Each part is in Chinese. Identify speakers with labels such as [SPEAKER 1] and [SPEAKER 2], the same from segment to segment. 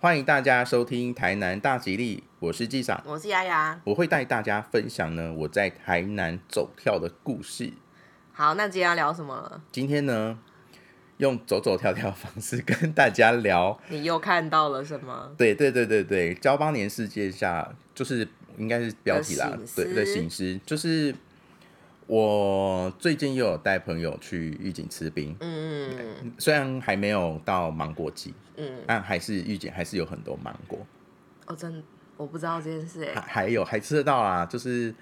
[SPEAKER 1] 欢迎大家收听台南大吉利，我是纪赏，
[SPEAKER 2] 我是丫丫。
[SPEAKER 1] 我会带大家分享呢我在台南走跳的故事。
[SPEAKER 2] 好，那今天要聊什么了？
[SPEAKER 1] 今天呢，用走走跳跳的方式跟大家聊，
[SPEAKER 2] 你又看到了什么？
[SPEAKER 1] 对对对对对，交八年世界下就是应该是标题啦
[SPEAKER 2] 的醒，
[SPEAKER 1] 对
[SPEAKER 2] 狮
[SPEAKER 1] 对，醒狮就是我最近又有带朋友去预警吃冰，
[SPEAKER 2] 嗯
[SPEAKER 1] 虽然还没有到芒果季，
[SPEAKER 2] 嗯，
[SPEAKER 1] 但还是预警还是有很多芒果。
[SPEAKER 2] 哦，真我不知道这件事
[SPEAKER 1] 还
[SPEAKER 2] 哎。
[SPEAKER 1] 还有还吃得到啊，就是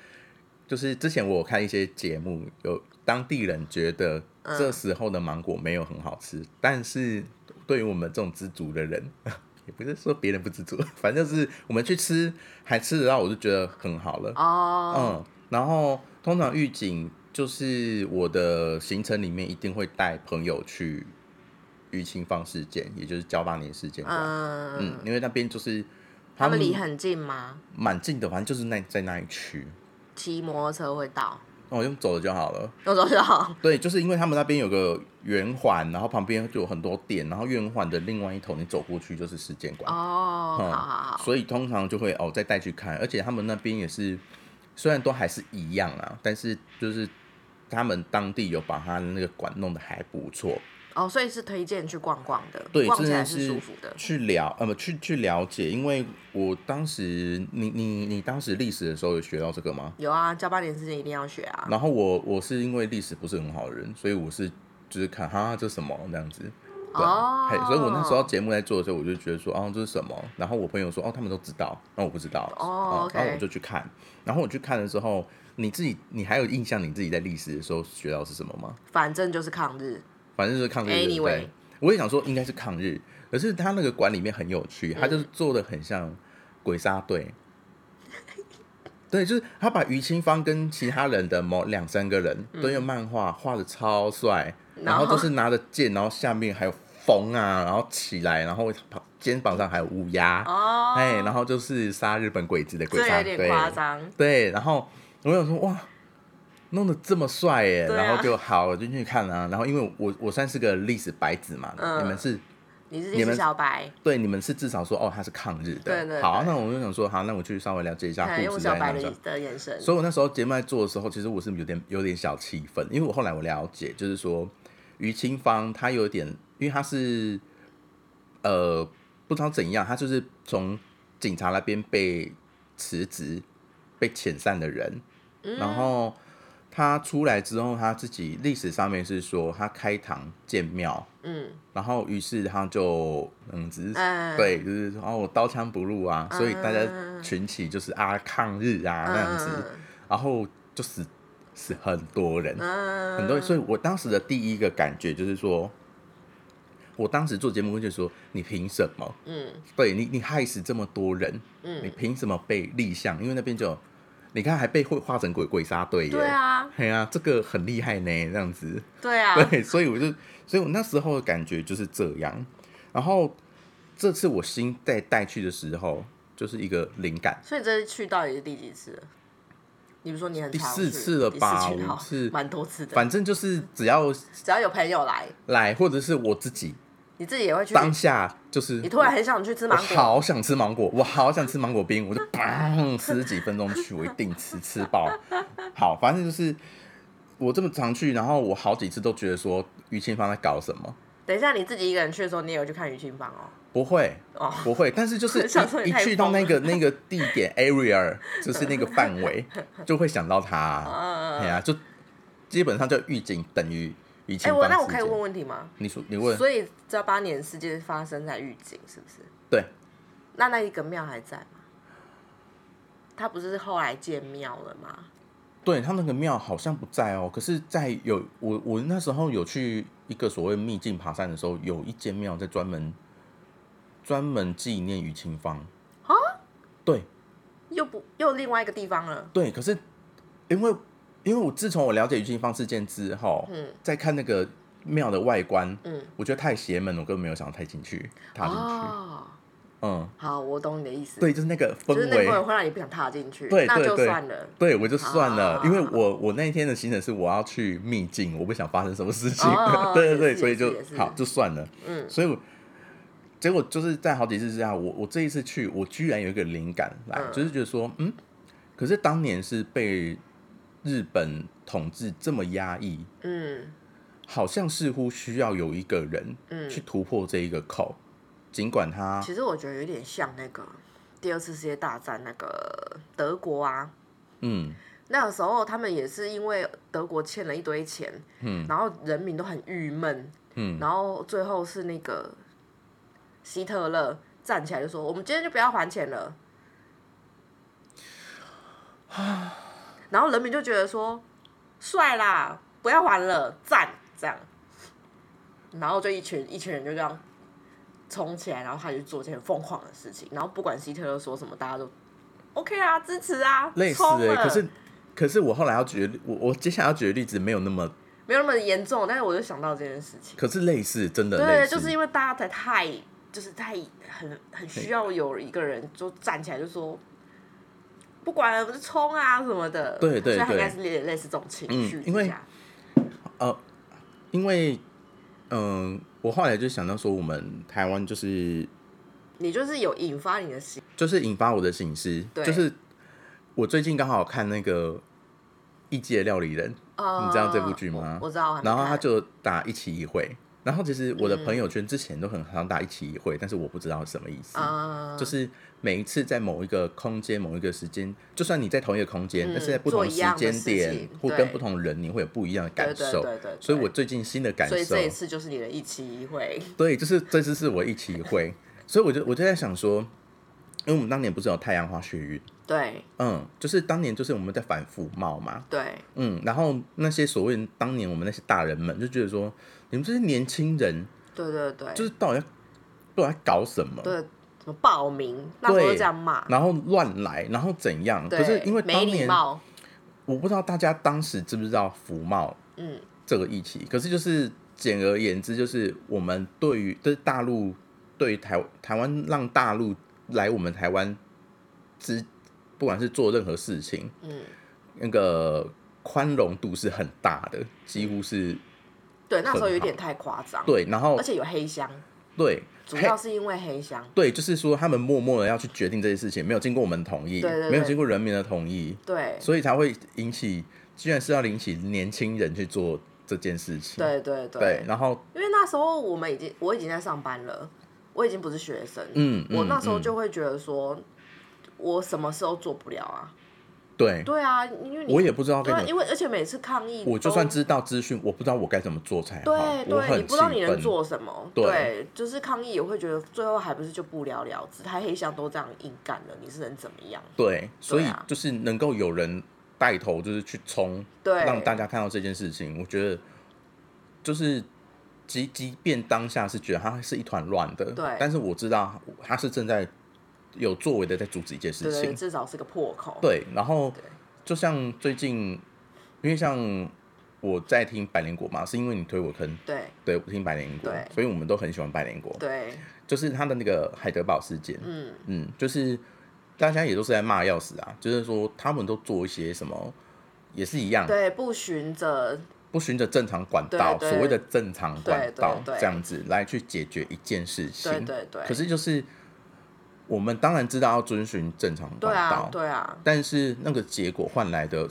[SPEAKER 1] 就是之前我有看一些节目，有当地人觉得
[SPEAKER 2] 嗯
[SPEAKER 1] 这时候的芒果没有很好吃，但是对于我们这种知足的人， 也不是说别人不知足， 反正就是我们去吃还吃得到，我就觉得很好了。
[SPEAKER 2] 哦，
[SPEAKER 1] 嗯，然后通常预警就是我的行程里面一定会带朋友去玉清坊事件，也就是交八年事件馆。嗯，
[SPEAKER 2] 嗯，
[SPEAKER 1] 因为那边就是
[SPEAKER 2] 他们离很近吗？
[SPEAKER 1] 蛮近的，反正就是那在那一区，
[SPEAKER 2] 骑摩托车会到，
[SPEAKER 1] 那我用走的就好了。
[SPEAKER 2] 我说是好。
[SPEAKER 1] 对，就是因为他们那边有个圆环，然后旁边就有很多店，然后圆环的另外一头你走过去就是时间馆，
[SPEAKER 2] 哦，
[SPEAKER 1] 嗯
[SPEAKER 2] 好好好，
[SPEAKER 1] 所以通常就会哦再带去看，而且他们那边也是虽然都还是一样啊，但是就是他们当地有把他那个馆弄得还不错，
[SPEAKER 2] 哦，所以是推荐去逛逛的，
[SPEAKER 1] 对，
[SPEAKER 2] 逛
[SPEAKER 1] 真
[SPEAKER 2] 起来
[SPEAKER 1] 的
[SPEAKER 2] 是舒服的。
[SPEAKER 1] 去了呃不去去了解，因为我当时你你你当时历史的时候有学到这个吗？
[SPEAKER 2] 有啊，交八年之前一定要学啊。
[SPEAKER 1] 然后我我是因为历史不是很好的人，所以我是就是看哈这什么那样子，对啊
[SPEAKER 2] 哦
[SPEAKER 1] 嘿，所以我那时候节目在做的时候，我就觉得说哦这是什么，然后我朋友说哦他们都知道，那我不知道，
[SPEAKER 2] 哦
[SPEAKER 1] 嗯
[SPEAKER 2] OK
[SPEAKER 1] 然后我就去看，然后我去看了之后，你自己你还有印象你自己在历史的时候学到是什么吗？
[SPEAKER 2] 反正就是抗日，
[SPEAKER 1] 反正就是抗日对不
[SPEAKER 2] Anyway
[SPEAKER 1] 对？我也想说应该是抗日，可是他那个馆里面很有趣，
[SPEAKER 2] 嗯
[SPEAKER 1] 他就是做的很像鬼杀 队。对，就是他把于清芳跟其他人的某两三个人都用漫画画的超帅，然
[SPEAKER 2] 然
[SPEAKER 1] 后
[SPEAKER 2] 后
[SPEAKER 1] 都是拿着剑，然后下面还有风啊，然后起来，然后肩膀上还有乌鸦，
[SPEAKER 2] 哦，
[SPEAKER 1] 哎、然后就是杀日本鬼子的鬼
[SPEAKER 2] 这
[SPEAKER 1] 杀
[SPEAKER 2] 有
[SPEAKER 1] 队，
[SPEAKER 2] 点夸张。
[SPEAKER 1] 对，然后我有说哇，弄得这么帅耶，
[SPEAKER 2] 对啊
[SPEAKER 1] 然后就好我就进去看啊。然后因为我我算是个历史白纸嘛，
[SPEAKER 2] 嗯
[SPEAKER 1] 你们是
[SPEAKER 2] 你是
[SPEAKER 1] 你
[SPEAKER 2] 历史
[SPEAKER 1] 们
[SPEAKER 2] 小白，
[SPEAKER 1] 对你们是至少说哦他是抗日的，
[SPEAKER 2] 对对
[SPEAKER 1] 好啊，
[SPEAKER 2] 对
[SPEAKER 1] 那我就想说好，那我去稍微了解一下
[SPEAKER 2] 可能
[SPEAKER 1] 故
[SPEAKER 2] 用
[SPEAKER 1] 事
[SPEAKER 2] 小
[SPEAKER 1] 在哪
[SPEAKER 2] 白的
[SPEAKER 1] 种。
[SPEAKER 2] 的眼神。
[SPEAKER 1] 所以我那时候节目在做的时候，其实我是有点有点小气愤，因为我后来我了解，就是说于清芳她有点，因为她是呃不知道怎样，她就是从警察那边被辞职、被遣散的人，然后她出来之后，她自己历史上面是说她开堂建庙，
[SPEAKER 2] 嗯
[SPEAKER 1] 然后于是他就嗯，只是、
[SPEAKER 2] 嗯
[SPEAKER 1] 对，就是说哦，我刀枪不入啊，所以大家群起就是啊抗日啊那样子，然后就死死很多人，
[SPEAKER 2] 嗯，
[SPEAKER 1] 很多人。所以我当时的第一个感觉就是说，我当时做节目就说，你凭什么？
[SPEAKER 2] 嗯
[SPEAKER 1] 对你，你害死这么多人，你
[SPEAKER 2] 嗯，
[SPEAKER 1] 凭什么被立项？因为那边就有你看还被会化成鬼鬼杀队耶，
[SPEAKER 2] 对，啊
[SPEAKER 1] 哎呀、这个很厉害呢，这样子。
[SPEAKER 2] 对啊，
[SPEAKER 1] 对，所以我就，所以我那时候的感觉就是这样。然后这次我新带带去的时候，就是一个灵感，
[SPEAKER 2] 所以这次去到底是第几次了？你不是说你很
[SPEAKER 1] 第
[SPEAKER 2] 常
[SPEAKER 1] 四
[SPEAKER 2] 去
[SPEAKER 1] 次了
[SPEAKER 2] 第
[SPEAKER 1] 吧
[SPEAKER 2] 四去
[SPEAKER 1] 五
[SPEAKER 2] 好
[SPEAKER 1] 次
[SPEAKER 2] 蛮多次的。
[SPEAKER 1] 反正就是只要
[SPEAKER 2] 只要有朋友来，
[SPEAKER 1] 来，或者是我自己
[SPEAKER 2] 你自己也会去。
[SPEAKER 1] 当下就是
[SPEAKER 2] 你突然很想去吃
[SPEAKER 1] 我
[SPEAKER 2] 芒果，
[SPEAKER 1] 好想吃芒果，我好想吃芒果冰，我就砰吃几分钟去，我一定吃吃爆。好，反正就是我这么常去，然后我好几次都觉得说于清芳在搞什么，
[SPEAKER 2] 等一下你自己一个人去的时候，你也有去看于清芳哦。
[SPEAKER 1] 不会，
[SPEAKER 2] 哦
[SPEAKER 1] 不会，但是就是
[SPEAKER 2] 想说
[SPEAKER 1] 一
[SPEAKER 2] 你
[SPEAKER 1] 一
[SPEAKER 2] 太
[SPEAKER 1] 去到
[SPEAKER 2] 疯
[SPEAKER 1] 那个那个地点 area，就是那个范围，就会想到他、啊，
[SPEAKER 2] 嗯，
[SPEAKER 1] 哎呀、就基本上就预警等于疫
[SPEAKER 2] 哎，
[SPEAKER 1] 情
[SPEAKER 2] 我
[SPEAKER 1] 放
[SPEAKER 2] 那我
[SPEAKER 1] 事
[SPEAKER 2] 可以
[SPEAKER 1] 件
[SPEAKER 2] 问问题吗？
[SPEAKER 1] 你说你问，
[SPEAKER 2] 所以这八年事件发生在预警，是不是？
[SPEAKER 1] 对，
[SPEAKER 2] 那那一个庙还在吗？他不是后来建庙了吗？
[SPEAKER 1] 对他那个庙好像不在哦，可是，在有我我那时候有去一个所谓秘境爬山的时候，有一间庙在专门专门纪念于清芳
[SPEAKER 2] 啊，
[SPEAKER 1] 对
[SPEAKER 2] 又不又另外一个地方了。
[SPEAKER 1] 对，可是因为因为我自从我了解于清芳事件之后，
[SPEAKER 2] 嗯
[SPEAKER 1] 在看那个庙的外观，
[SPEAKER 2] 嗯，
[SPEAKER 1] 我觉得太邪门了，我根本没有想要太进去踏进去。
[SPEAKER 2] 哦，
[SPEAKER 1] 嗯，
[SPEAKER 2] 好，我懂你的意思。
[SPEAKER 1] 对，就是那个氛
[SPEAKER 2] 就是那
[SPEAKER 1] 围，
[SPEAKER 2] 部分会让你不想踏进去，
[SPEAKER 1] 对
[SPEAKER 2] 那
[SPEAKER 1] 对
[SPEAKER 2] 就
[SPEAKER 1] 对
[SPEAKER 2] 算了。
[SPEAKER 1] 对我就算了，
[SPEAKER 2] 啊
[SPEAKER 1] 因为我我那一天的行程是我要去秘境，我不想发生什么事情。
[SPEAKER 2] 哦
[SPEAKER 1] 对对对，
[SPEAKER 2] 也是
[SPEAKER 1] 所以
[SPEAKER 2] 也是
[SPEAKER 1] 就
[SPEAKER 2] 也是
[SPEAKER 1] 好就算了。
[SPEAKER 2] 嗯
[SPEAKER 1] 所以我结果就是在好几次之下，我我这一次去，我居然有一个灵感来，
[SPEAKER 2] 嗯
[SPEAKER 1] 就是觉得说，嗯，可是当年是被日本统治这么压抑，
[SPEAKER 2] 嗯
[SPEAKER 1] 好像似乎需要有一个人
[SPEAKER 2] 嗯，
[SPEAKER 1] 去突破这一个口，尽管他
[SPEAKER 2] 其实我觉得有点像那个第二次世界大战那个德国啊，
[SPEAKER 1] 嗯
[SPEAKER 2] 那个时候他们也是因为德国欠了一堆钱，
[SPEAKER 1] 嗯
[SPEAKER 2] 然后人民都很郁闷，
[SPEAKER 1] 嗯
[SPEAKER 2] 然后最后是那个希特勒站起来就说：“我们今天就不要还钱了。”然后人民就觉得说：“帅啦，不要还了，赞！”这样，然后就一群一群人就这样冲起来，然后开始做这些疯狂的事情，然后不管希特勒说什么，大家都 OK 啊，支持啊，
[SPEAKER 1] 类似
[SPEAKER 2] 冲
[SPEAKER 1] 的、
[SPEAKER 2] 了
[SPEAKER 1] 可是可是我后来要举的，我我接下来要举的例子没有那么，
[SPEAKER 2] 没有那么严重，但是我就想到这件事情。
[SPEAKER 1] 可是类似真的类
[SPEAKER 2] 对，
[SPEAKER 1] 似，
[SPEAKER 2] 就是因为大家才太就是太很很需要有一个人就站起来就说，不管了，我就冲啊什么的。
[SPEAKER 1] 对对
[SPEAKER 2] 所以他应
[SPEAKER 1] 对
[SPEAKER 2] 该是类类似这种情绪
[SPEAKER 1] 嗯
[SPEAKER 2] 之下、
[SPEAKER 1] 因为因为嗯、我后来就想到说，我们台湾就是
[SPEAKER 2] 你就是有引发你的心，
[SPEAKER 1] 就是引发我的醒思，
[SPEAKER 2] 对
[SPEAKER 1] 就是我最近刚好看那个《异界料理人》，
[SPEAKER 2] 呃，
[SPEAKER 1] 你知道这部剧吗
[SPEAKER 2] 我我知道，我还没
[SPEAKER 1] 然后他
[SPEAKER 2] 看嗯
[SPEAKER 1] 就打一期一会，然后其实我的朋友圈之前都很常打一期一会，但是我不知道什么意思。
[SPEAKER 2] 呃，
[SPEAKER 1] 就是每一次在某一个空间、某一个时间，就算你在同一个空间，
[SPEAKER 2] 嗯
[SPEAKER 1] 但是在不同时间
[SPEAKER 2] 做一样的事
[SPEAKER 1] 点
[SPEAKER 2] 情
[SPEAKER 1] 或
[SPEAKER 2] 对
[SPEAKER 1] 跟不同人，你会有不一样的感
[SPEAKER 2] 对
[SPEAKER 1] 受。
[SPEAKER 2] 对对对对
[SPEAKER 1] 所以我最近新的感受，
[SPEAKER 2] 所以这一次就是你的一期一会，
[SPEAKER 1] 对，就是这次是我一期一会，所以我就我就在想说，因为我们当年不是有太阳花学运，
[SPEAKER 2] 对
[SPEAKER 1] 嗯，就是当年就是我们在反服贸嘛，
[SPEAKER 2] 对，
[SPEAKER 1] 嗯，然后那些所谓当年我们那些大人们就觉得说，你们这些年轻人
[SPEAKER 2] 对对对，
[SPEAKER 1] 就是是到底要到底在搞什么？
[SPEAKER 2] 对啊什么报名，那时候
[SPEAKER 1] 对
[SPEAKER 2] 就这样骂，
[SPEAKER 1] 然后乱来，然后怎样？嗯
[SPEAKER 2] 对，
[SPEAKER 1] 可是因为
[SPEAKER 2] 没
[SPEAKER 1] 当
[SPEAKER 2] 礼
[SPEAKER 1] 年
[SPEAKER 2] 貌，
[SPEAKER 1] 我不知道大家当时知不知道服贸
[SPEAKER 2] 嗯
[SPEAKER 1] 这个议题，可是就是简而言之，就是我们对于就是大陆对于台台湾让大陆来我们台湾之，不管是做任何事情，
[SPEAKER 2] 嗯，
[SPEAKER 1] 那个宽容度是很大的，几乎是
[SPEAKER 2] 对，那时候
[SPEAKER 1] 很
[SPEAKER 2] 有
[SPEAKER 1] 好
[SPEAKER 2] 点太夸张，
[SPEAKER 1] 对，然后
[SPEAKER 2] 而且有黑箱，
[SPEAKER 1] 对，
[SPEAKER 2] 主
[SPEAKER 1] 哦嘿
[SPEAKER 2] 要是因为黑箱。
[SPEAKER 1] 对，就是说他们默默的要去决定这些事情，没有经过我们同意，
[SPEAKER 2] 对对对
[SPEAKER 1] 没有经过人民的同意，
[SPEAKER 2] 对
[SPEAKER 1] 所以才会引起，居然是要引起年轻人去做这件事情。
[SPEAKER 2] 对对对
[SPEAKER 1] 对，然后
[SPEAKER 2] 因为那时候我们已经我已经在上班了，我已经不是学生，
[SPEAKER 1] 嗯，
[SPEAKER 2] 我
[SPEAKER 1] 嗯
[SPEAKER 2] 那时候
[SPEAKER 1] 嗯
[SPEAKER 2] 就会觉得说，我什么事都做不了啊。
[SPEAKER 1] 对，
[SPEAKER 2] 对啊，因为你
[SPEAKER 1] 我也不知道
[SPEAKER 2] 对
[SPEAKER 1] 该
[SPEAKER 2] 啊、
[SPEAKER 1] 怎么，
[SPEAKER 2] 因为而且每次抗议都，
[SPEAKER 1] 我就算知道资讯，我不知道我该怎么做才好，
[SPEAKER 2] 对
[SPEAKER 1] 我
[SPEAKER 2] 对，
[SPEAKER 1] 很
[SPEAKER 2] 你不知道你
[SPEAKER 1] 气
[SPEAKER 2] 能
[SPEAKER 1] 愤
[SPEAKER 2] 做什么，
[SPEAKER 1] 对
[SPEAKER 2] 对，就是抗议也会觉得最后还不是就不了了之，他黑箱都这样硬干了，你是能怎么样？
[SPEAKER 1] 对，所以
[SPEAKER 2] 对啊
[SPEAKER 1] 就是能够有人带头，就是去冲，
[SPEAKER 2] 对，
[SPEAKER 1] 让大家看到这件事情，我觉得就是即即便当下是觉得它是一团乱的，
[SPEAKER 2] 对
[SPEAKER 1] 但是我知道它是正在有作为的在阻止一件
[SPEAKER 2] 对
[SPEAKER 1] 事
[SPEAKER 2] 对，
[SPEAKER 1] 情，
[SPEAKER 2] 至少是个破口。
[SPEAKER 1] 对，然后
[SPEAKER 2] 对
[SPEAKER 1] 就像最近，因为像我在听百灵果嘛，是因为你推我坑，
[SPEAKER 2] 对
[SPEAKER 1] 对我听百灵果
[SPEAKER 2] 对，
[SPEAKER 1] 所以我们都很喜欢百灵果，
[SPEAKER 2] 对，
[SPEAKER 1] 就是他的那个海德堡事件，
[SPEAKER 2] 嗯，
[SPEAKER 1] 嗯，就是大家也都是在骂要死啊，就是说他们都做一些什么，也是一样，
[SPEAKER 2] 对，不循着
[SPEAKER 1] 不循着正常管道，
[SPEAKER 2] 对对
[SPEAKER 1] 所谓的正常管道
[SPEAKER 2] 对对对
[SPEAKER 1] 这样子来去解决一件事情。
[SPEAKER 2] 对对对，
[SPEAKER 1] 可是就是我们当然知道要遵循正常
[SPEAKER 2] 对
[SPEAKER 1] 管道，
[SPEAKER 2] 啊对啊，
[SPEAKER 1] 但是那个结果换来的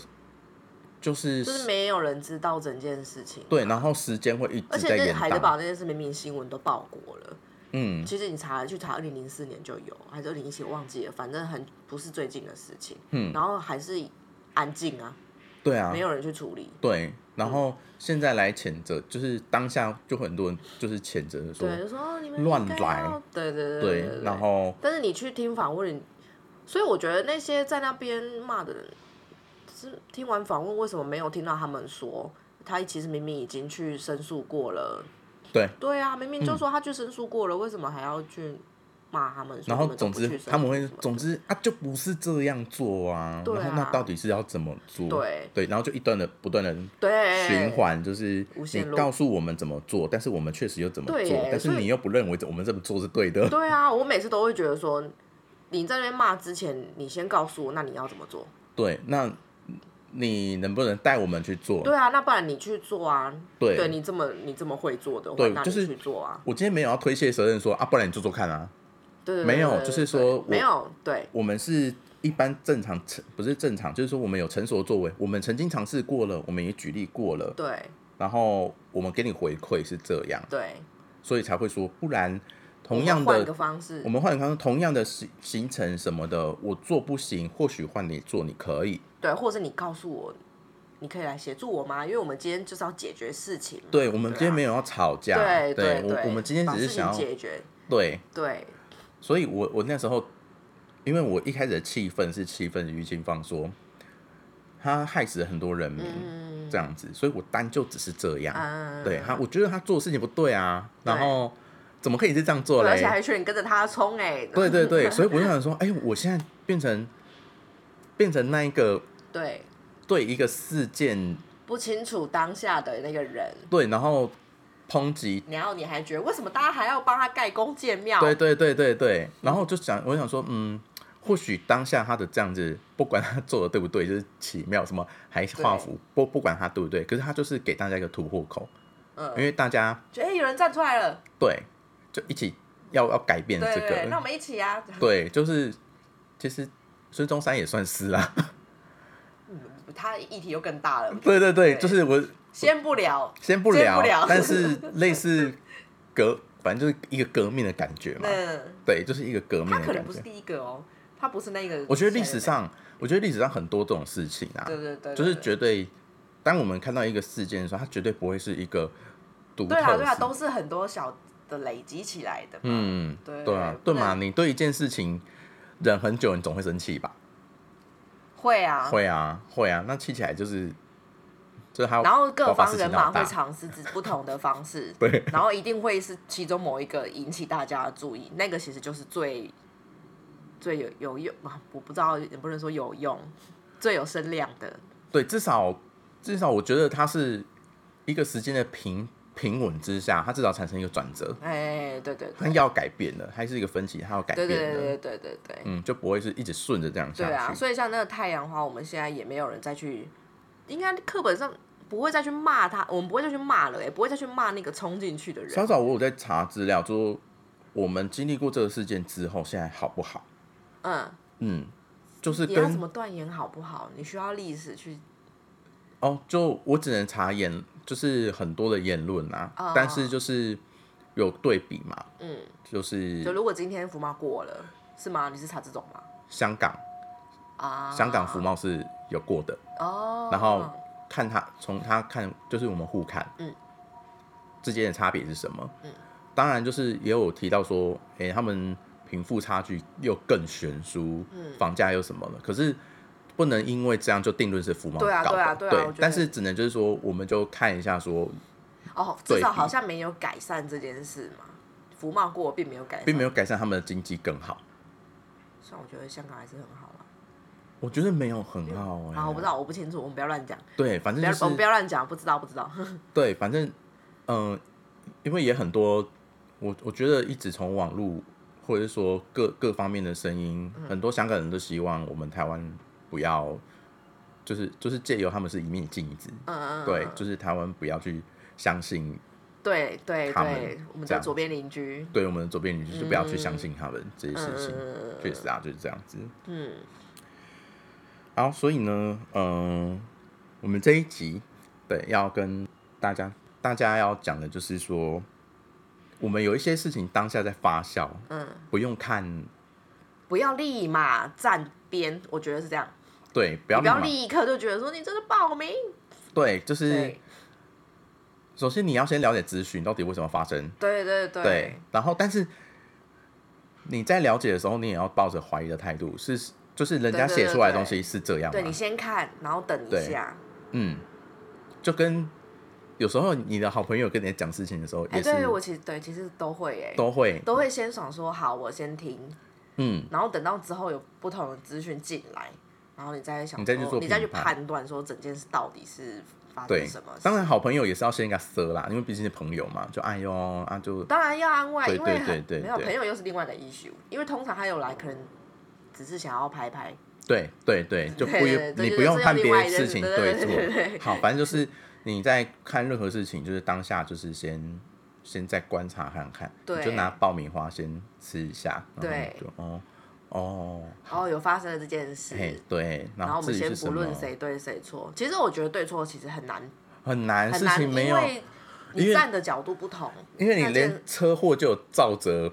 [SPEAKER 1] 就是
[SPEAKER 2] 就是没有人知道整件事情。啊
[SPEAKER 1] 对，然后时间会一
[SPEAKER 2] 而
[SPEAKER 1] 直在
[SPEAKER 2] 且就是
[SPEAKER 1] 延
[SPEAKER 2] 海德堡
[SPEAKER 1] 宕。
[SPEAKER 2] 那件事，明明新闻都报过了，
[SPEAKER 1] 嗯，
[SPEAKER 2] 其实你查去查，二零零四年就有，还是二零一七，忘记了，反正很不是最近的事情。嗯，然后还是安静啊，
[SPEAKER 1] 对啊
[SPEAKER 2] 没，有人去处理。
[SPEAKER 1] 对。然
[SPEAKER 2] 嗯
[SPEAKER 1] 后现在来谴责，就是当下就很多人就是谴责说
[SPEAKER 2] 对，就说哦你们
[SPEAKER 1] 乱
[SPEAKER 2] 应该
[SPEAKER 1] 来
[SPEAKER 2] 要，对对对对
[SPEAKER 1] 对，然后
[SPEAKER 2] 但是你去听访问，所以我觉得那些在那边骂的人，是听完访问为什么没有听到他们说，他其实明明已经去申诉过了。
[SPEAKER 1] 对。嗯
[SPEAKER 2] 对啊，明明就说他去申诉过了，为什么还要去骂他们说
[SPEAKER 1] 然
[SPEAKER 2] 你
[SPEAKER 1] 后
[SPEAKER 2] 们都
[SPEAKER 1] 总
[SPEAKER 2] 不去申
[SPEAKER 1] 之
[SPEAKER 2] 诉什
[SPEAKER 1] 他
[SPEAKER 2] 么
[SPEAKER 1] 们
[SPEAKER 2] 的？
[SPEAKER 1] 会，总之啊，就不是这样做啊。
[SPEAKER 2] 对啊
[SPEAKER 1] 然后那到底是要怎么做？
[SPEAKER 2] 对
[SPEAKER 1] 然后就一段的不断的
[SPEAKER 2] 对
[SPEAKER 1] 循。环，就是
[SPEAKER 2] 无
[SPEAKER 1] 你
[SPEAKER 2] 限路
[SPEAKER 1] 告诉我们怎么做，但是我们确实又怎么
[SPEAKER 2] 对
[SPEAKER 1] 做
[SPEAKER 2] 耶，
[SPEAKER 1] 但是
[SPEAKER 2] 所以
[SPEAKER 1] 你又不认为我们这么做是对的。
[SPEAKER 2] 对啊，我每次都会觉得说，你在那边骂之前，你先告诉我，那你要怎么做？
[SPEAKER 1] 对，那你能不能带我们去做？
[SPEAKER 2] 对啊，那不然你去做啊。
[SPEAKER 1] 对
[SPEAKER 2] 你这么你这么会做的话，
[SPEAKER 1] 对
[SPEAKER 2] 那
[SPEAKER 1] 就
[SPEAKER 2] 你
[SPEAKER 1] 是
[SPEAKER 2] 去做啊。
[SPEAKER 1] 我今天没有要推卸责任说啊，不然你做做看啊。
[SPEAKER 2] 对对对
[SPEAKER 1] 没有
[SPEAKER 2] 对对
[SPEAKER 1] 就是
[SPEAKER 2] 对
[SPEAKER 1] 说我
[SPEAKER 2] 没有，对
[SPEAKER 1] 我们是一般正常成不是正常，就是说我们有成熟的作为，我们曾经尝试过了，我们也举例过了，
[SPEAKER 2] 对
[SPEAKER 1] 然后我们给你回馈是这样，
[SPEAKER 2] 对，
[SPEAKER 1] 所以才会说，不然同
[SPEAKER 2] 我
[SPEAKER 1] 样
[SPEAKER 2] 们换个
[SPEAKER 1] 的。
[SPEAKER 2] 方式
[SPEAKER 1] 我，们换个方式，同样的行行程什么的，我做不行，或许换你做，你可以。
[SPEAKER 2] 对，或者你告诉我，你可以来协助我吗？因为我们今天就是要解决事情嘛。
[SPEAKER 1] 对，我们今天没
[SPEAKER 2] 有
[SPEAKER 1] 有要吵架，
[SPEAKER 2] 对
[SPEAKER 1] 对，
[SPEAKER 2] 对，
[SPEAKER 1] 我我们今天
[SPEAKER 2] 把
[SPEAKER 1] 只是
[SPEAKER 2] 事
[SPEAKER 1] 想
[SPEAKER 2] 情
[SPEAKER 1] 要
[SPEAKER 2] 解决，
[SPEAKER 1] 对，
[SPEAKER 2] 对
[SPEAKER 1] 所以我我那时候，因为我一开始的气愤是气愤于清芳说，他害死了很多人民、这样子，所以我单就只是这样。
[SPEAKER 2] 嗯，
[SPEAKER 1] 啊对他，我觉得他做的事情不对啊，
[SPEAKER 2] 对
[SPEAKER 1] 然后怎么可以是这样做
[SPEAKER 2] 对而且
[SPEAKER 1] 嘞？
[SPEAKER 2] 还劝你跟着他冲哎，
[SPEAKER 1] 对对对，所以我就想说，哎、我现在变成变成那一个
[SPEAKER 2] 对，
[SPEAKER 1] 对一个事件
[SPEAKER 2] 不清楚当下的那个人，
[SPEAKER 1] 对，然后抨击，
[SPEAKER 2] 然后你还觉得为什么大家还要帮他盖弓建庙？
[SPEAKER 1] 对对对对对，然后就想，我想说，嗯。或许当下他的这样子，不管他做的对不对，就是奇妙什么，还是画符，不不管他对不对，可是他就是给大家一个突破口，
[SPEAKER 2] 嗯
[SPEAKER 1] 因为大家
[SPEAKER 2] 觉得哎有人站出来了，
[SPEAKER 1] 对就一起要要改变
[SPEAKER 2] 对
[SPEAKER 1] 这
[SPEAKER 2] 对对，那我
[SPEAKER 1] 个，
[SPEAKER 2] 们一起啊，
[SPEAKER 1] 对，就是其实孙中山也算是啦，
[SPEAKER 2] 他议题又更大了，
[SPEAKER 1] 对对对，
[SPEAKER 2] 对
[SPEAKER 1] 就是我
[SPEAKER 2] 先不聊，
[SPEAKER 1] 先不
[SPEAKER 2] 先
[SPEAKER 1] 聊，
[SPEAKER 2] 不聊
[SPEAKER 1] 但是类似革，反正就是一个革命的感觉嘛，
[SPEAKER 2] 那
[SPEAKER 1] 对，就是一个革命
[SPEAKER 2] 他可
[SPEAKER 1] 的
[SPEAKER 2] 能
[SPEAKER 1] 感
[SPEAKER 2] 不是
[SPEAKER 1] 觉。
[SPEAKER 2] 第一个哦，他不是那个，
[SPEAKER 1] 我觉得历史，上，我觉得历史上很多这种事情啊，
[SPEAKER 2] 对对对，对
[SPEAKER 1] 就是
[SPEAKER 2] 对
[SPEAKER 1] 绝对，当我们看到一个事件的时候，它绝对不会是一个独特
[SPEAKER 2] 对
[SPEAKER 1] 的
[SPEAKER 2] 啊
[SPEAKER 1] 事。
[SPEAKER 2] 对啊，都是很多小的累积起来的，嘛。
[SPEAKER 1] 嗯，
[SPEAKER 2] 对
[SPEAKER 1] 对啊，
[SPEAKER 2] 不
[SPEAKER 1] 对
[SPEAKER 2] 能
[SPEAKER 1] 嘛？你对一件事情忍很久，你总会生气吧？
[SPEAKER 2] 会啊，
[SPEAKER 1] 会啊，会啊。那气起来就是，就是他
[SPEAKER 2] 然后各
[SPEAKER 1] 爆发
[SPEAKER 2] 方
[SPEAKER 1] 事情
[SPEAKER 2] 人马
[SPEAKER 1] 闹大，
[SPEAKER 2] 会尝试自不同的方式
[SPEAKER 1] 对
[SPEAKER 2] 然后一定会是其中某一个引起大家的注意，那个其实就是最最有有用啊，我不知道也不能说有用，最有声量的，
[SPEAKER 1] 对，至少至少我觉得它是一个时间的平平稳之下，它至少产生一个转折，
[SPEAKER 2] 哎，对对
[SPEAKER 1] 它
[SPEAKER 2] 对，
[SPEAKER 1] 要改变的，还是一个分歧，它要改
[SPEAKER 2] 对
[SPEAKER 1] 变
[SPEAKER 2] 对
[SPEAKER 1] 的，
[SPEAKER 2] 对对对对对，
[SPEAKER 1] 嗯，就不会是一直顺着这样下去。
[SPEAKER 2] 对啊，所以像那个太阳花，我们现在也没有人再去，应该课本上不会再去骂他，我们不会再去骂了，也不会再去骂那个冲进去的
[SPEAKER 1] 稍
[SPEAKER 2] 人，
[SPEAKER 1] 早我有在查资料，说我们经历过这个事件之后，现在好不好？
[SPEAKER 2] 嗯，
[SPEAKER 1] 嗯，就是
[SPEAKER 2] 你要怎
[SPEAKER 1] 跟
[SPEAKER 2] 么断言好不好？你需要历史去
[SPEAKER 1] 哦，就我只能查言，就是很多的言论啊，
[SPEAKER 2] 哦
[SPEAKER 1] 但是就是有对比嘛，
[SPEAKER 2] 嗯。
[SPEAKER 1] 就是
[SPEAKER 2] 就如果今天福茂过了，是吗？你是查这种吗？
[SPEAKER 1] 香港，
[SPEAKER 2] 啊，
[SPEAKER 1] 香港福茂是有过的，
[SPEAKER 2] 哦，
[SPEAKER 1] 然后看他从他看，就是我们互看，
[SPEAKER 2] 嗯，
[SPEAKER 1] 之间的差别是什么？嗯，当然就是也有提到说，诶，他们贫富差距又更悬殊，嗯，房价又什么了，可是。不能因为这样就定论是福茂搞
[SPEAKER 2] 对
[SPEAKER 1] 的，
[SPEAKER 2] 啊对啊对啊我觉得
[SPEAKER 1] 但是只能就是说，我们就看一下说，
[SPEAKER 2] 哦，
[SPEAKER 1] 对
[SPEAKER 2] 至少
[SPEAKER 1] 比
[SPEAKER 2] 好像没有改善这件事嘛。福茂过并没有改善，
[SPEAKER 1] 并没有，改善他们的经济更好，
[SPEAKER 2] 虽然我觉得香港还是很好了。
[SPEAKER 1] 我觉得没有很好哎、
[SPEAKER 2] 啊，我不知道，我不清楚，我们不要乱讲，
[SPEAKER 1] 对，反
[SPEAKER 2] 不
[SPEAKER 1] 正
[SPEAKER 2] 要
[SPEAKER 1] 就
[SPEAKER 2] 我们不
[SPEAKER 1] 是
[SPEAKER 2] 要乱讲，不知道不知道。
[SPEAKER 1] 对，反正嗯、呃因为也很多，我我觉得一直从网络或者是说各各方面的声音，
[SPEAKER 2] 嗯
[SPEAKER 1] 很多香港人都希望我们台湾不要，就是就是借由他们是一面镜子，
[SPEAKER 2] 嗯，嗯
[SPEAKER 1] 对，
[SPEAKER 2] 嗯
[SPEAKER 1] 就是台湾不要去相信
[SPEAKER 2] 对对
[SPEAKER 1] 他们
[SPEAKER 2] 对，我们
[SPEAKER 1] 这
[SPEAKER 2] 的
[SPEAKER 1] 样
[SPEAKER 2] 左边邻居，
[SPEAKER 1] 对我们的左边邻居，就不要去相信他们这些事情，
[SPEAKER 2] 嗯
[SPEAKER 1] 确实啊，就是这样子。
[SPEAKER 2] 嗯，
[SPEAKER 1] 好，所以呢，嗯、我们这一集对要跟大家大家要讲的就是说，我们有一些事情当下在发酵，
[SPEAKER 2] 嗯，
[SPEAKER 1] 不用看，
[SPEAKER 2] 不要立马站边，我觉得是这样，
[SPEAKER 1] 对，不
[SPEAKER 2] 你
[SPEAKER 1] 要
[SPEAKER 2] 不要
[SPEAKER 1] 立马
[SPEAKER 2] 立刻就觉得说你真的报名，
[SPEAKER 1] 对，就是
[SPEAKER 2] 对
[SPEAKER 1] 首先你要先了解资讯到底为什么发生，
[SPEAKER 2] 对对
[SPEAKER 1] 对，然后但是你在了解的时候，你也要抱着怀疑的态度，是就是人家
[SPEAKER 2] 对对
[SPEAKER 1] 写
[SPEAKER 2] 对
[SPEAKER 1] 出来的
[SPEAKER 2] 对
[SPEAKER 1] 东西是这样吗？
[SPEAKER 2] 对你先看，然后等
[SPEAKER 1] 对
[SPEAKER 2] 一下，
[SPEAKER 1] 嗯，就跟有时候你的好朋友跟你讲事情的时候，
[SPEAKER 2] 哎，
[SPEAKER 1] 也是、
[SPEAKER 2] 对我其实对，其实都会哎，
[SPEAKER 1] 都会，
[SPEAKER 2] 都会先想说好，我先听，
[SPEAKER 1] 嗯。
[SPEAKER 2] 然后等到之后有不同的资讯进来，然后你再想说，
[SPEAKER 1] 你再去做
[SPEAKER 2] 你再去
[SPEAKER 1] 评判
[SPEAKER 2] 判断说整件事到底是发
[SPEAKER 1] 对
[SPEAKER 2] 生什么，事。
[SPEAKER 1] 当然好朋友也是要先给他塞啦，因为毕竟是朋友嘛，就哎呦啊就
[SPEAKER 2] 当然要安慰，
[SPEAKER 1] 对
[SPEAKER 2] 因为
[SPEAKER 1] 对
[SPEAKER 2] 很
[SPEAKER 1] 对对
[SPEAKER 2] 没有
[SPEAKER 1] 对
[SPEAKER 2] 朋友又是另外的 issue，因为通常他有来可能只是想要拍拍，
[SPEAKER 1] 对对对，就不
[SPEAKER 2] 对对对
[SPEAKER 1] 你
[SPEAKER 2] 就
[SPEAKER 1] 不
[SPEAKER 2] 是
[SPEAKER 1] 用
[SPEAKER 2] 这
[SPEAKER 1] 看
[SPEAKER 2] 又
[SPEAKER 1] 别
[SPEAKER 2] 另外
[SPEAKER 1] 的
[SPEAKER 2] 一
[SPEAKER 1] 事
[SPEAKER 2] 件
[SPEAKER 1] 情
[SPEAKER 2] 对对对对
[SPEAKER 1] 对
[SPEAKER 2] 对
[SPEAKER 1] 错。好，反正就是你在看任何事情，就是当下就是先先再观察看看，你就
[SPEAKER 2] 对
[SPEAKER 1] 拿爆米花先吃一下，然后
[SPEAKER 2] 对
[SPEAKER 1] 就哦哦，
[SPEAKER 2] 然后有发生了这件事，
[SPEAKER 1] 嘿对，然
[SPEAKER 2] 然后
[SPEAKER 1] 后
[SPEAKER 2] 我们
[SPEAKER 1] 至于
[SPEAKER 2] 先
[SPEAKER 1] 是什
[SPEAKER 2] 不
[SPEAKER 1] 么
[SPEAKER 2] 论谁对谁错。其实我觉得对错其实很难，
[SPEAKER 1] 很难，
[SPEAKER 2] 很
[SPEAKER 1] 事
[SPEAKER 2] 难，
[SPEAKER 1] 情
[SPEAKER 2] 因
[SPEAKER 1] 没有，
[SPEAKER 2] 为
[SPEAKER 1] 因
[SPEAKER 2] 你
[SPEAKER 1] 为
[SPEAKER 2] 站的角度不同，
[SPEAKER 1] 因为
[SPEAKER 2] 那
[SPEAKER 1] 你
[SPEAKER 2] 这
[SPEAKER 1] 连车祸就有照责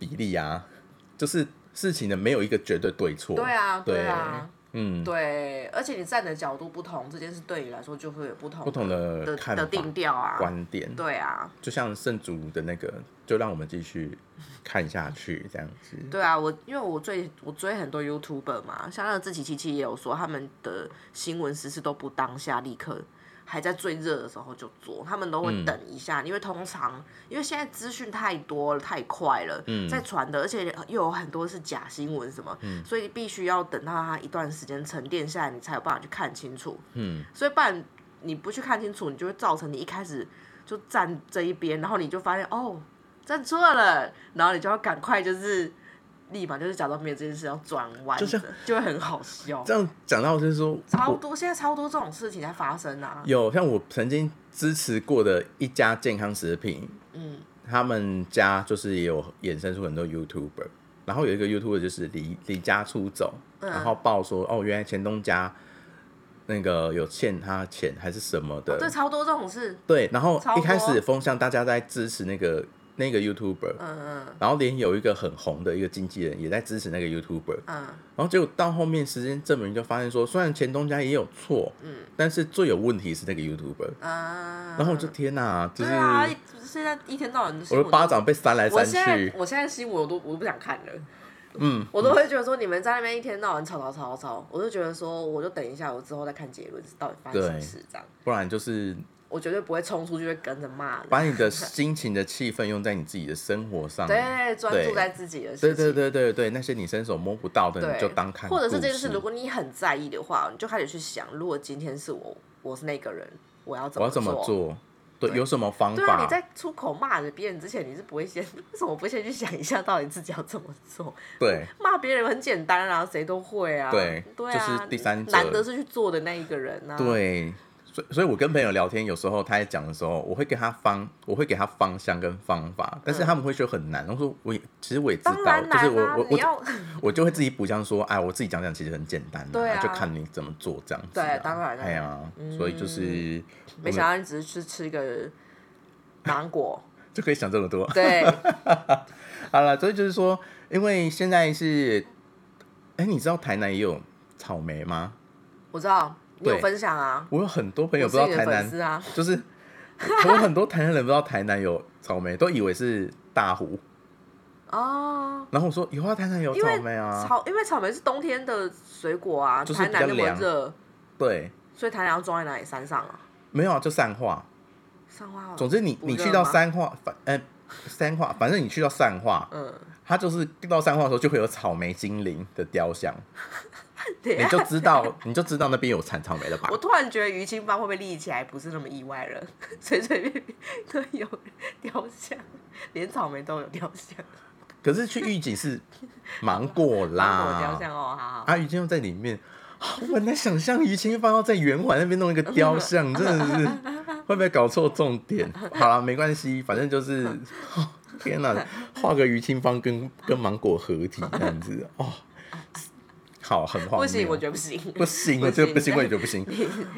[SPEAKER 1] 比例啊，就是事情的没有一个绝对对错，
[SPEAKER 2] 对啊，
[SPEAKER 1] 对
[SPEAKER 2] 对啊，
[SPEAKER 1] 嗯，
[SPEAKER 2] 对，而且你站的角度不同，这件事对你来说就会有不同
[SPEAKER 1] 不同的
[SPEAKER 2] 的
[SPEAKER 1] 看
[SPEAKER 2] 的
[SPEAKER 1] 法
[SPEAKER 2] 定调啊，
[SPEAKER 1] 观点，
[SPEAKER 2] 对啊，
[SPEAKER 1] 就像圣主的那个，就让我们继续看下去这样子。
[SPEAKER 2] 对啊，我因为我追我追很多 YouTuber 嘛，像那个自己七七也有说，他们的新闻时事都不当下立刻，还在最热的时候就做，他们都会等一下，因为通常因为现在资讯太多了，太快了，在传的，而且又有很多是假新闻什么，所以必须要等到它一段时间沉淀下来，你才有办法去看清楚。
[SPEAKER 1] 嗯，
[SPEAKER 2] 所以不然你不去看清楚，你就会造成你一开始就站这一边，然后你就发现哦站错了，然后你就要赶快就是立马就是假装没有这件事要转弯的，
[SPEAKER 1] 就
[SPEAKER 2] 就是会很好笑。
[SPEAKER 1] 这样讲到就是说，
[SPEAKER 2] 超
[SPEAKER 1] 我
[SPEAKER 2] 多现在超多这种事情在发生啊，
[SPEAKER 1] 有像我曾经支持过的一家健康食品，
[SPEAKER 2] 嗯，
[SPEAKER 1] 他们家就是也有衍生出很多 YouTuber，然后有一个 YouTuber 就是离离家出走，
[SPEAKER 2] 嗯
[SPEAKER 1] 然后报说哦，原来前东家那个有欠他钱还是什么的，
[SPEAKER 2] 对，超哦多这种事，
[SPEAKER 1] 对，然后
[SPEAKER 2] 超
[SPEAKER 1] 一开
[SPEAKER 2] 多
[SPEAKER 1] 始风向大家在支持那个那个 YouTuber，
[SPEAKER 2] 嗯嗯
[SPEAKER 1] 然后连有一个很红的一个经纪人也在支持那个 YouTuber，
[SPEAKER 2] 嗯，
[SPEAKER 1] 然后结果到后面时间证明就发现说，虽然前东家也有错，嗯，但是最有问题是那个 YouTuber。
[SPEAKER 2] 嗯，
[SPEAKER 1] 然后我就天哪，就
[SPEAKER 2] 对
[SPEAKER 1] 是
[SPEAKER 2] 啊，一现在一天到晚
[SPEAKER 1] 我的巴掌被扇来
[SPEAKER 2] 我
[SPEAKER 1] 扇
[SPEAKER 2] 现在
[SPEAKER 1] 去，
[SPEAKER 2] 我现在新闻我都我都不想看了。嗯，我都会觉得说你们在那边一天到晚吵吵吵吵吵，我就觉得说我就等一下，我之后再看结论是到底发生什么
[SPEAKER 1] 对
[SPEAKER 2] 事这样，
[SPEAKER 1] 不然就是
[SPEAKER 2] 我绝对不会冲出去会跟着骂的。
[SPEAKER 1] 把 你的心情的气氛用在你自己的生活上。
[SPEAKER 2] 对，专注在自己的事
[SPEAKER 1] 对
[SPEAKER 2] 情。
[SPEAKER 1] 对对对对，那些你伸手摸不到的，
[SPEAKER 2] 对
[SPEAKER 1] 你就当看故
[SPEAKER 2] 或
[SPEAKER 1] 事。
[SPEAKER 2] 者是这件事，如果你很在意的话，你就开始去想，如果今天是我，我是那个人，我要怎
[SPEAKER 1] 我
[SPEAKER 2] 么
[SPEAKER 1] 要怎么
[SPEAKER 2] 做？
[SPEAKER 1] 做？对，
[SPEAKER 2] 对
[SPEAKER 1] 有什么方
[SPEAKER 2] 对啊，
[SPEAKER 1] 法
[SPEAKER 2] 你？在出口骂着别人之前，你是不会先 为什么不先去想一下到底自己要怎么做？
[SPEAKER 1] 对
[SPEAKER 2] 骂别人很简单啊，谁都会啊。
[SPEAKER 1] 对
[SPEAKER 2] 啊，
[SPEAKER 1] 就是第三者
[SPEAKER 2] 难得是去做的那一个人啊。
[SPEAKER 1] 对，所以所以我跟朋友聊天，有时候他在讲的时候，我会给他方，我会给他方向跟方法，但是他们会觉得很难。我说我也其实我也知道，
[SPEAKER 2] 嗯当然
[SPEAKER 1] 就
[SPEAKER 2] 难
[SPEAKER 1] 是
[SPEAKER 2] 啊，
[SPEAKER 1] 我我
[SPEAKER 2] 你
[SPEAKER 1] 我
[SPEAKER 2] 要
[SPEAKER 1] 我就会自己补上说，哎，我自己讲讲其实很简单、
[SPEAKER 2] 对啊
[SPEAKER 1] 就看你怎么做这样子、啊。
[SPEAKER 2] 对当然嗯
[SPEAKER 1] 哎呀、所以就是我们
[SPEAKER 2] 没想到你只是去吃个芒果，
[SPEAKER 1] 就可以想这么多。
[SPEAKER 2] 对，
[SPEAKER 1] 好了，所以就是说，因为现在是，哎、你知道台南也有草莓吗？
[SPEAKER 2] 我知道你有
[SPEAKER 1] 对
[SPEAKER 2] 分享啊，
[SPEAKER 1] 我有很多朋友
[SPEAKER 2] 我
[SPEAKER 1] 不知
[SPEAKER 2] 是
[SPEAKER 1] 道
[SPEAKER 2] 你的
[SPEAKER 1] 台
[SPEAKER 2] 粉
[SPEAKER 1] 南
[SPEAKER 2] 丝啊，
[SPEAKER 1] 就是我有很多台南人不知道台南有草莓，都以为是大湖。
[SPEAKER 2] 哦。
[SPEAKER 1] 然后我说有啊，台南有
[SPEAKER 2] 因为
[SPEAKER 1] 草莓啊，
[SPEAKER 2] 草，因为草莓是冬天的水果啊，
[SPEAKER 1] 就是
[SPEAKER 2] 台南
[SPEAKER 1] 比
[SPEAKER 2] 那
[SPEAKER 1] 较
[SPEAKER 2] 么
[SPEAKER 1] 凉
[SPEAKER 2] 热，
[SPEAKER 1] 对，
[SPEAKER 2] 所以台南要装在哪里？山上啊，
[SPEAKER 1] 没有啊，就散化。
[SPEAKER 2] 上花啊好。
[SPEAKER 1] 总之你
[SPEAKER 2] 不
[SPEAKER 1] 你
[SPEAKER 2] 热
[SPEAKER 1] 去到
[SPEAKER 2] 吗
[SPEAKER 1] 三化，反呃三化，反正你去到散化，
[SPEAKER 2] 嗯，
[SPEAKER 1] 它就是到三化的时候就会有草莓精灵的雕 像，
[SPEAKER 2] 对
[SPEAKER 1] 你
[SPEAKER 2] 啊。
[SPEAKER 1] 就知道你就知道那边有产草莓了吧
[SPEAKER 2] 我？突然觉得于清芳会不会立起来不是那么意外了， 随随便便都有雕像，连草莓都有雕像，
[SPEAKER 1] 可是去预警是芒果
[SPEAKER 2] 芒果雕
[SPEAKER 1] 啦，
[SPEAKER 2] 像哦，好好。
[SPEAKER 1] 啊，于清芳在里面，啊我很难想象于清芳要在圆环那边弄一个雕 像，真的是会不会搞错重点？好了，没关系，反正就是， 哦天哪、画个于清芳跟跟芒果合体这样 子哦，好，很荒谬。
[SPEAKER 2] 不行，我觉得不行。
[SPEAKER 1] 哦不行，
[SPEAKER 2] 不
[SPEAKER 1] 我觉得
[SPEAKER 2] 行
[SPEAKER 1] 不行，我也觉得不行。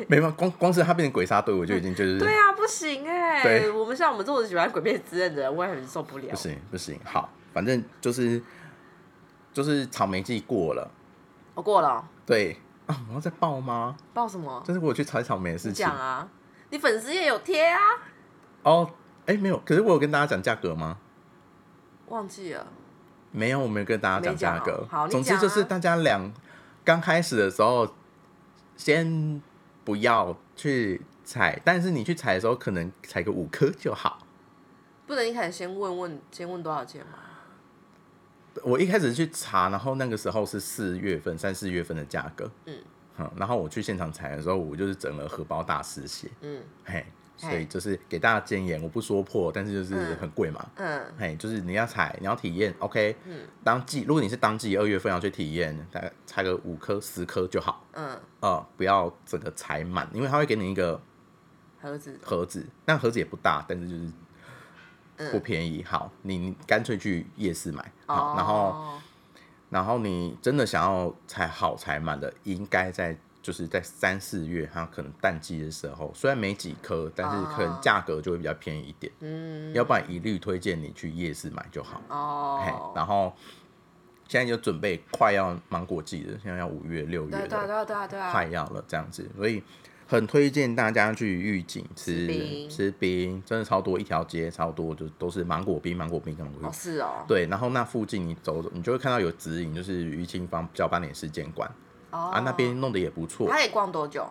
[SPEAKER 1] 没办法，光光是他变成鬼杀队，我就已经就是
[SPEAKER 2] 对啊，不行哎、
[SPEAKER 1] 对
[SPEAKER 2] 我们像我们这种喜欢鬼灭之刃的人，我也很受不了。
[SPEAKER 1] 不行不行。好，反正就是就是草莓季过了，
[SPEAKER 2] 我过了哦、
[SPEAKER 1] 对啊，我要再报吗？
[SPEAKER 2] 报什么？
[SPEAKER 1] 就是我有去采草莓的事
[SPEAKER 2] 你
[SPEAKER 1] 情
[SPEAKER 2] 讲啊，你粉丝也有贴啊，
[SPEAKER 1] 哦。哎，没有，可是我有跟大家讲价格吗？
[SPEAKER 2] 忘记了。
[SPEAKER 1] 没有，我没有跟大家讲价
[SPEAKER 2] 没
[SPEAKER 1] 格
[SPEAKER 2] 讲哦。好你
[SPEAKER 1] 总之
[SPEAKER 2] 讲啊
[SPEAKER 1] 就是大家两刚开始的时候，先不要去采，但是你去采的时候，可能采个五颗就好。
[SPEAKER 2] 不能一开始先问问，先问多少钱吗？
[SPEAKER 1] 我一开始去查，然后那个时候是四月份、三四月份的价格，
[SPEAKER 2] 嗯
[SPEAKER 1] 嗯，然后我去现场采的时候，我就是整个荷包大失血，
[SPEAKER 2] 嗯，
[SPEAKER 1] 嘿，
[SPEAKER 2] 嘿
[SPEAKER 1] 所以就是给大家建言，我不说破，但是就是很贵嘛。
[SPEAKER 2] 嗯，
[SPEAKER 1] 嘿，就是你要踩，你要体验，OK，当季如果你是当季二月份要去体验，大概踩个五颗十颗就好，
[SPEAKER 2] 嗯，
[SPEAKER 1] 呃，不要整个踩满，因为它会给你一个
[SPEAKER 2] 盒子，
[SPEAKER 1] 盒子，那盒子也不大，但是就是
[SPEAKER 2] 嗯
[SPEAKER 1] 不便宜。好，你你干脆去夜市买，好，
[SPEAKER 2] 哦，
[SPEAKER 1] 然后然后你真的想要踩好踩满的，应该在就是在三四月，它可能淡季的时候，虽然没几颗，但是可能
[SPEAKER 2] 哦
[SPEAKER 1] 价格就会比较便宜一点，
[SPEAKER 2] 嗯，
[SPEAKER 1] 要不然一律推荐你去夜市买就好。嘿，
[SPEAKER 2] 哦，
[SPEAKER 1] 然后现在就准备快要芒果季了，现在要五月六
[SPEAKER 2] 对啊
[SPEAKER 1] 月
[SPEAKER 2] 对啊
[SPEAKER 1] 了，
[SPEAKER 2] 对啊对啊对啊，
[SPEAKER 1] 快要了这样子，所以很推荐大家去预警吃
[SPEAKER 2] 吃冰
[SPEAKER 1] 吃冰，真的超多，一条街超多，就都是芒果冰、芒果冰、芒果冰
[SPEAKER 2] 哦。是哦，
[SPEAKER 1] 对，然后那附近你走走，你就会看到有指引，就是于清芳交八点事件馆、
[SPEAKER 2] 哦，啊
[SPEAKER 1] 啊，那边弄得也不错，
[SPEAKER 2] 他得逛多久？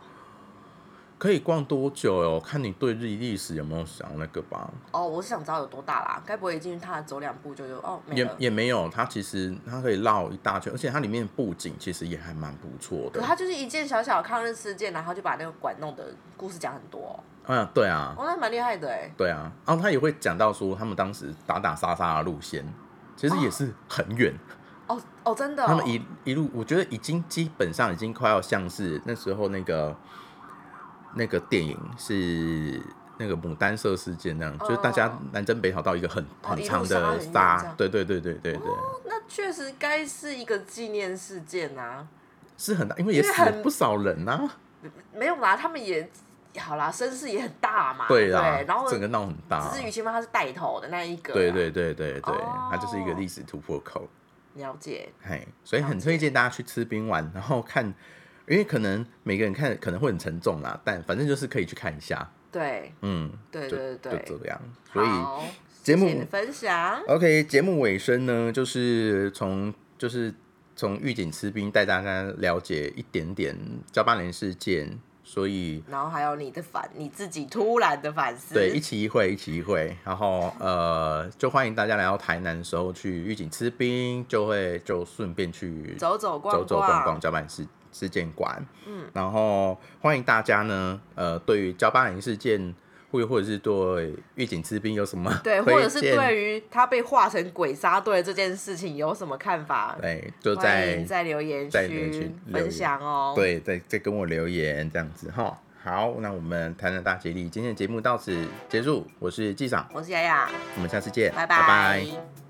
[SPEAKER 1] 可以逛多久哦？看你对日历史有没有想那个吧。
[SPEAKER 2] 哦，我是想知道有多大啦，该不会一进去他走两步就就哦没
[SPEAKER 1] 也
[SPEAKER 2] 了？
[SPEAKER 1] 也没有，它其实它可以绕一大圈，而且它里面布景其实也还蛮不错
[SPEAKER 2] 可
[SPEAKER 1] 的。
[SPEAKER 2] 他就是一件小小的抗日事件，然后就把那个馆弄的故事讲很多哦，
[SPEAKER 1] 嗯，对啊，
[SPEAKER 2] 哦那蛮厉害的哎，
[SPEAKER 1] 对啊，然后他也会讲到说他们当时打打杀杀的路线，其实也是很远，
[SPEAKER 2] 哦哦真的哦，
[SPEAKER 1] 他们一一路，我觉得已经基本上已经快要像是那时候那个那个电影是那个牡丹社事件那样，就是大家
[SPEAKER 2] 哦
[SPEAKER 1] 南征北讨到一个很
[SPEAKER 2] 哦
[SPEAKER 1] 很
[SPEAKER 2] 一路
[SPEAKER 1] 长
[SPEAKER 2] 杀
[SPEAKER 1] 的
[SPEAKER 2] 很远这样哦
[SPEAKER 1] 对对对对对对，
[SPEAKER 2] 那确实该是一个纪念事件啊，
[SPEAKER 1] 是很大，因为
[SPEAKER 2] 因
[SPEAKER 1] 也
[SPEAKER 2] 为
[SPEAKER 1] 死了
[SPEAKER 2] 很
[SPEAKER 1] 不少人啊呐、
[SPEAKER 2] 没有啦，他们也好啦，声势也很大嘛，
[SPEAKER 1] 对
[SPEAKER 2] 对
[SPEAKER 1] 啦，
[SPEAKER 2] 然后
[SPEAKER 1] 整个闹很大啊
[SPEAKER 2] 只，是于清芳他是带头的那一个，
[SPEAKER 1] 对，对对对对，它就是一个
[SPEAKER 2] 啊哦
[SPEAKER 1] 历史突破口。
[SPEAKER 2] 了解，
[SPEAKER 1] 嘿，所以很推荐大家去吃冰丸，然后看，因为可能每个人看可能会很沉重啦，但反正就是可以去看一下，
[SPEAKER 2] 对
[SPEAKER 1] 嗯，
[SPEAKER 2] 对
[SPEAKER 1] 就
[SPEAKER 2] 对对
[SPEAKER 1] 就
[SPEAKER 2] 对，
[SPEAKER 1] 这样。所以
[SPEAKER 2] 好，
[SPEAKER 1] 节目
[SPEAKER 2] 谢谢你的分享，
[SPEAKER 1] OK，节目尾声呢，就是从就是从预警吃冰带大家了解一点点交八年事件，所以
[SPEAKER 2] 然后还有你的反，你自己突然的反思，
[SPEAKER 1] 对一期一会一期一会，然后呃，就欢迎大家来到台南的时候去预警吃冰，就会就顺便去
[SPEAKER 2] 走走逛
[SPEAKER 1] 走走逛逛，交办事事件馆。嗯，然后欢迎大家呢，呃，对于交办人事件，或或者是对狱警之兵有什么
[SPEAKER 2] 对，或
[SPEAKER 1] 推
[SPEAKER 2] 者是
[SPEAKER 1] 荐
[SPEAKER 2] 对于他被化成鬼杀队这件事情有什么看法？
[SPEAKER 1] 对，哎就
[SPEAKER 2] 欢
[SPEAKER 1] 在
[SPEAKER 2] 迎在留言
[SPEAKER 1] 在留言区
[SPEAKER 2] 区
[SPEAKER 1] 留言
[SPEAKER 2] 分享哦。，
[SPEAKER 1] 对再再跟我留言这样子哈。好，那我们谈谈大吉利今天的节目到此结束，我是纪赏，
[SPEAKER 2] 我是雅雅，
[SPEAKER 1] 我们下次见，
[SPEAKER 2] 拜
[SPEAKER 1] 拜
[SPEAKER 2] 拜